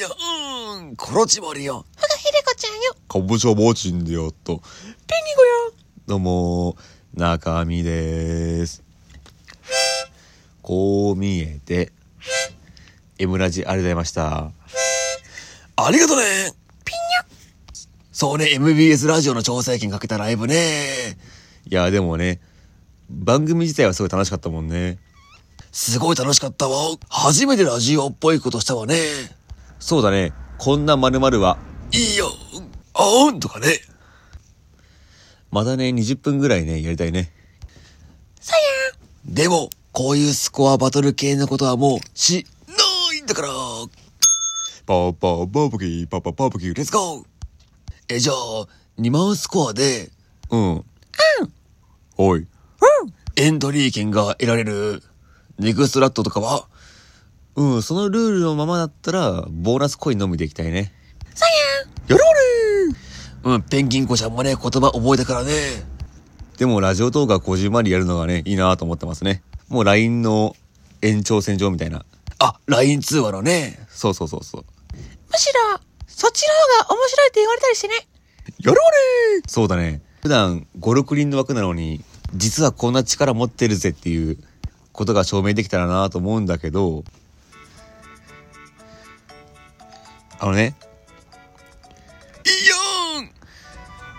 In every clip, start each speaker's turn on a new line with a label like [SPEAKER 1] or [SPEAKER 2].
[SPEAKER 1] や、うーん、コロチボリよ。
[SPEAKER 2] ふがひでこちゃんよ。
[SPEAKER 1] かぼちゃぼちんでよっと。
[SPEAKER 2] ペンギゴよ。
[SPEAKER 1] どうも、中身でーす。こう見えて、エムラジありがとうございました。ありがとね
[SPEAKER 2] ピン
[SPEAKER 1] そうね、MBS ラジオの調整権かけたライブねいや、でもね、番組自体はすごい楽しかったもんね。すごい楽しかったわ。初めてラジオっぽいことしたわね。そうだね、こんな〇〇は。いいよ、あおんとかね。またね、20分ぐらいね、やりたいね。
[SPEAKER 2] さや
[SPEAKER 1] でも、こういうスコアバトル系のことはもう、し、ないんだから。パーパーパーパキー、パーパーパーパキー、レッツゴーえ、じゃあ、2万スコアで、うん。うん。はい。
[SPEAKER 2] うん。
[SPEAKER 1] エントリー権が得られる、ネクストラットとかはうん、そのルールのままだったら、ボーナスコインのみでいきたいね。
[SPEAKER 2] さや
[SPEAKER 1] やろうねうん、ペンギン子ちゃんもね、言葉覚えたからね。でも、ラジオ動画50万里やるのがね、いいなと思ってますね。もう LINE の延長線上みたいな。あ、LINE 通話のね。そうそうそうそう。
[SPEAKER 2] むしろ、そっちの方が面白いって言われたりしてね。
[SPEAKER 1] やろうねそうだね。普段、5、6人の枠なのに、実はこんな力持ってるぜっていうことが証明できたらなと思うんだけど、あのね、イオ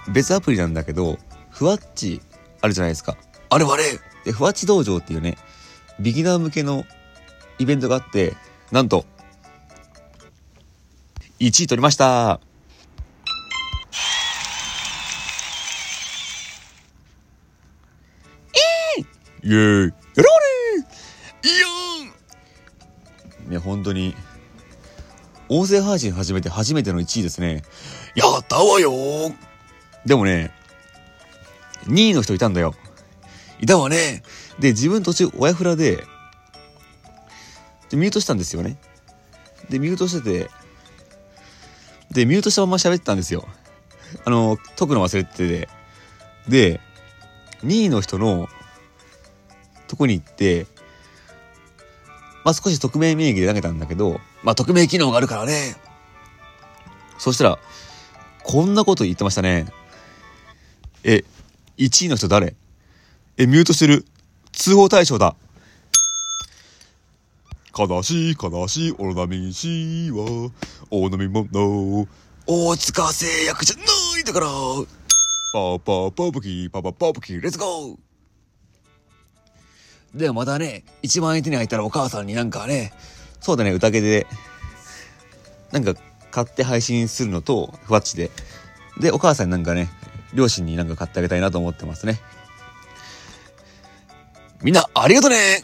[SPEAKER 1] ン別アプリなんだけど、ふわっちあるじゃないですか。あれあれで、ふわっち道場っていうね、ビギナー向けのイベントがあって、なんと、1位取りましたイェーイやろうねイオンね、本当に、音声配信始めて初めての1位ですね。やったわよでもね、2位の人いたんだよ。いたわね。で、自分途中親フラで、で、ミュートしたんですよね。で、ミュートしてて、で、ミュートしたまま喋ってたんですよ。あの、解くの忘れてて。で、2位の人のとこに行って、まあ、少し匿名名義で投げたんだけど、まあ、匿名機能があるからね。そしたら、こんなこと言ってましたね。え、1位の人誰え、ミュートしてる。通報対象だ。悲しい悲しいオロナミン C は、お飲み物。大塚製薬じゃないんだから。パーパーパープキー、パーパーパープキー、レッツゴーでもまたね、1万円手に入ったらお母さんになんかね、そうだね、宴で、なんか買って配信するのと、ふわっちで。で、お母さんになんかね、両親になんか買ってあげたいなと思ってますね。みんな、ありがとねやろ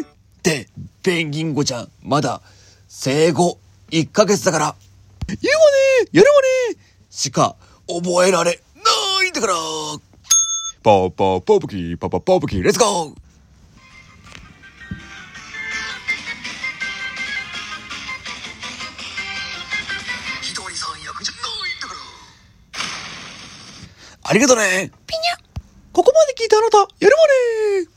[SPEAKER 1] うねって、ペンギンゴちゃん、まだ、生後1ヶ月だから、言うわねやるわねしか、覚えられないんだからパーパーパープキー、パパパープキー、レッツゴーありがとね
[SPEAKER 2] ピニャ
[SPEAKER 1] ここまで聞いたあなた、やるわね